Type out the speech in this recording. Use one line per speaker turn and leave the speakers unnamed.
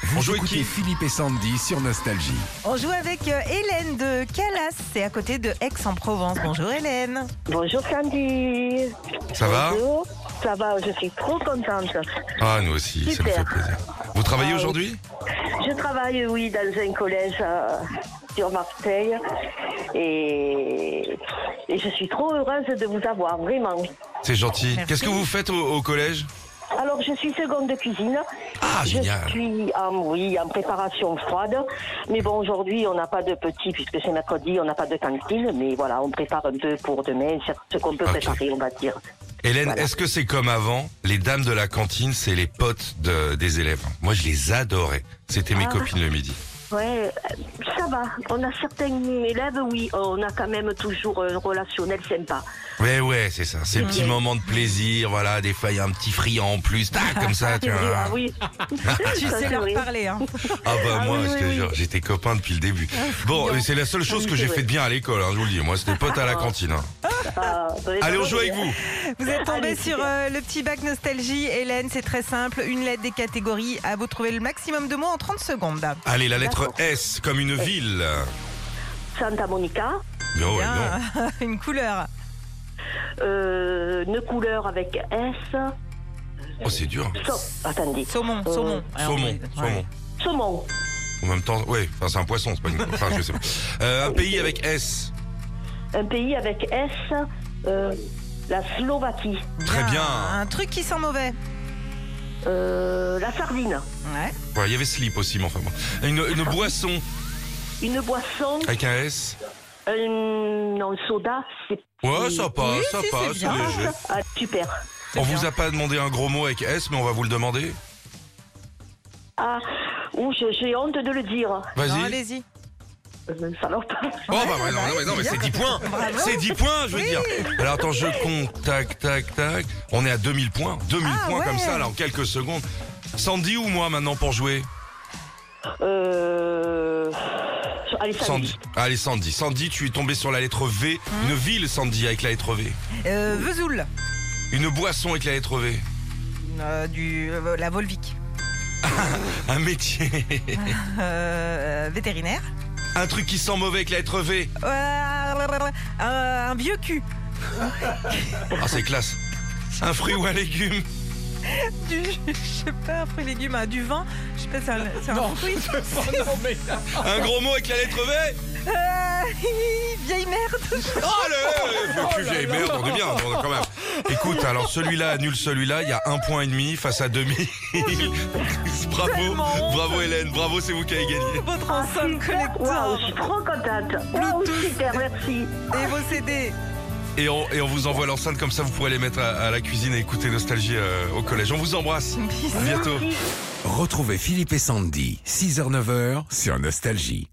Vous
On joue avec
écoutez
qui
Philippe et Sandy sur Nostalgie.
On joue avec euh, Hélène de Calas, c'est à côté de Aix-en-Provence. Bonjour Hélène.
Bonjour Sandy.
Ça va
Bonjour. Ça va, je suis trop contente.
Ah, nous aussi, ça nous fait
Super.
plaisir. Vous travaillez
Ah,
aujourd'hui
Je travaille, oui, dans un collège euh, sur Marseille. Et, et je suis trop heureuse de vous avoir, vraiment.
C'est gentil.
Merci.
Qu'est-ce que vous faites au, au collège
Alors, je suis seconde de cuisine.
Ah,
je
génial.
suis en, oui, en préparation froide. Mais bon, aujourd'hui, on n'a pas de petit, puisque c'est mercredi, on n'a pas de cantine. Mais voilà, on prépare un peu pour demain, ce qu'on peut
Ok.
préparer, on va dire.
Hélène,
Voilà.
est-ce que c'est comme avant Les dames de la cantine, c'est les potes de- des élèves. Moi, je les adorais. C'était mes
Ah.
copines le midi.
Ouais, euh, ça va. On a certains élèves, oui, Euh, on a quand même toujours un relationnel sympa.
Ouais, ouais, c'est ça. C'est le petit
Ouais.
moment de plaisir. Voilà, des fois, il y a un petit friand en plus. Tac, comme ça, tu
C'est vrai, ah
vois.
oui.
Tu
Ça,
sais
c'est
leur
vrai.
parler. Hein.
Ah bah
Ah
moi,
oui,
je
oui,
te
oui. Ah,
jure, j'étais copain depuis le début. Bon, euh, c'est la seule chose que
Oui, c'est
j'ai
vrai.
fait de bien à l'école, hein, je vous le dis. Moi, c'était potes à la cantine. hein.
Ah, ouais,
Allez, on
ouais,
joue avec vous.
Vous êtes tombé
Allez,
sur
super.
euh, le petit bac nostalgie. Hélène, c'est très simple. Une lettre des catégories à vous trouver le maximum de mots en 30 secondes.
Allez, la lettre
D'accord.
S comme une ville.
Santa Monica,
Mais oh,
Bien, hein.
non.
une couleur.
euh, une couleur avec S.
Oh, c'est dur.
sa- Attendez.
Saumon,
Euh,
saumon. Alors,
Saumon,
oui,
saumon.
ouais.
Saumon.
En même temps, ouais, enfin, c'est un poisson, c'est pas une. Enfin, je sais pas. Euh, un pays avec S.
Un pays avec S. euh, la Slovaquie.
Très bien.
Un truc qui sent mauvais.
euh, la sardine.
Ouais.
Ouais, il y avait slip aussi, mais enfin bon. Une, une boisson
Une boisson.
avec un S.
Un, non, soda. C'est.
Ah. Ouais, ça passe,
Oui,
ça
si, c'est
passe,
bien.
léger.
Ah, super.
On
bien.
vous a pas demandé un gros mot avec S, mais on va vous le demander.
Ah, ouh, je- j'ai honte de le dire.
Non,
Vas-y.
Allez-y.
Euh, salope.
Oh, bah, ouais, non,
bah,
non, mais non, mais
c'est
c'est
bien.
10 points.
Bravo.
C'est 10 points, je veux
Oui.
dire. Alors, attends, je compte. Tac, tac, tac. On est à 2000 points. 2000
Ah,
points comme
ouais.
ça, là, en quelques secondes. Sandy ou moi maintenant pour jouer
Euh... Allez, salut.
Sandy. Allez, Sandy. Sandy, tu es tombé sur la lettre V.
Hein
Une ville, Sandy, avec la lettre V.
Euh, Vesoul.
Une boisson avec la lettre V.
Euh, du, euh, la Volvic.
Un métier.
Euh, euh, vétérinaire.
Un truc qui sent mauvais avec la lettre V.
Euh, un vieux cul.
Ah, c'est classe. Un fruit ou un légume.
du, je sais pas, un fruit légume, hein, du vin. Je sais pas, c'est un, c'est un fruit.
Un gros mot avec la lettre V.
Euh, vieille merde.
Oh le le cul,
Oh
vieille merde, on est bien, on est quand même. Écoute, alors celui-là annule celui-là, il y a un point et demi face à demi. bravo,
Tellement honte.
bravo Hélène, bravo, c'est vous qui avez gagné.
Votre ensemble
Ah,
collector
Waouh, je suis trop contente. Waouh, super, merci.
et vos CD.
Et on, et on vous envoie l'enceinte comme ça, vous pourrez les mettre à, à la cuisine et écouter Nostalgie euh, au collège. On vous embrasse.
Bisous.
À bientôt.
Merci.
Retrouvez Philippe et Sandy, 6h-9h sur Nostalgie.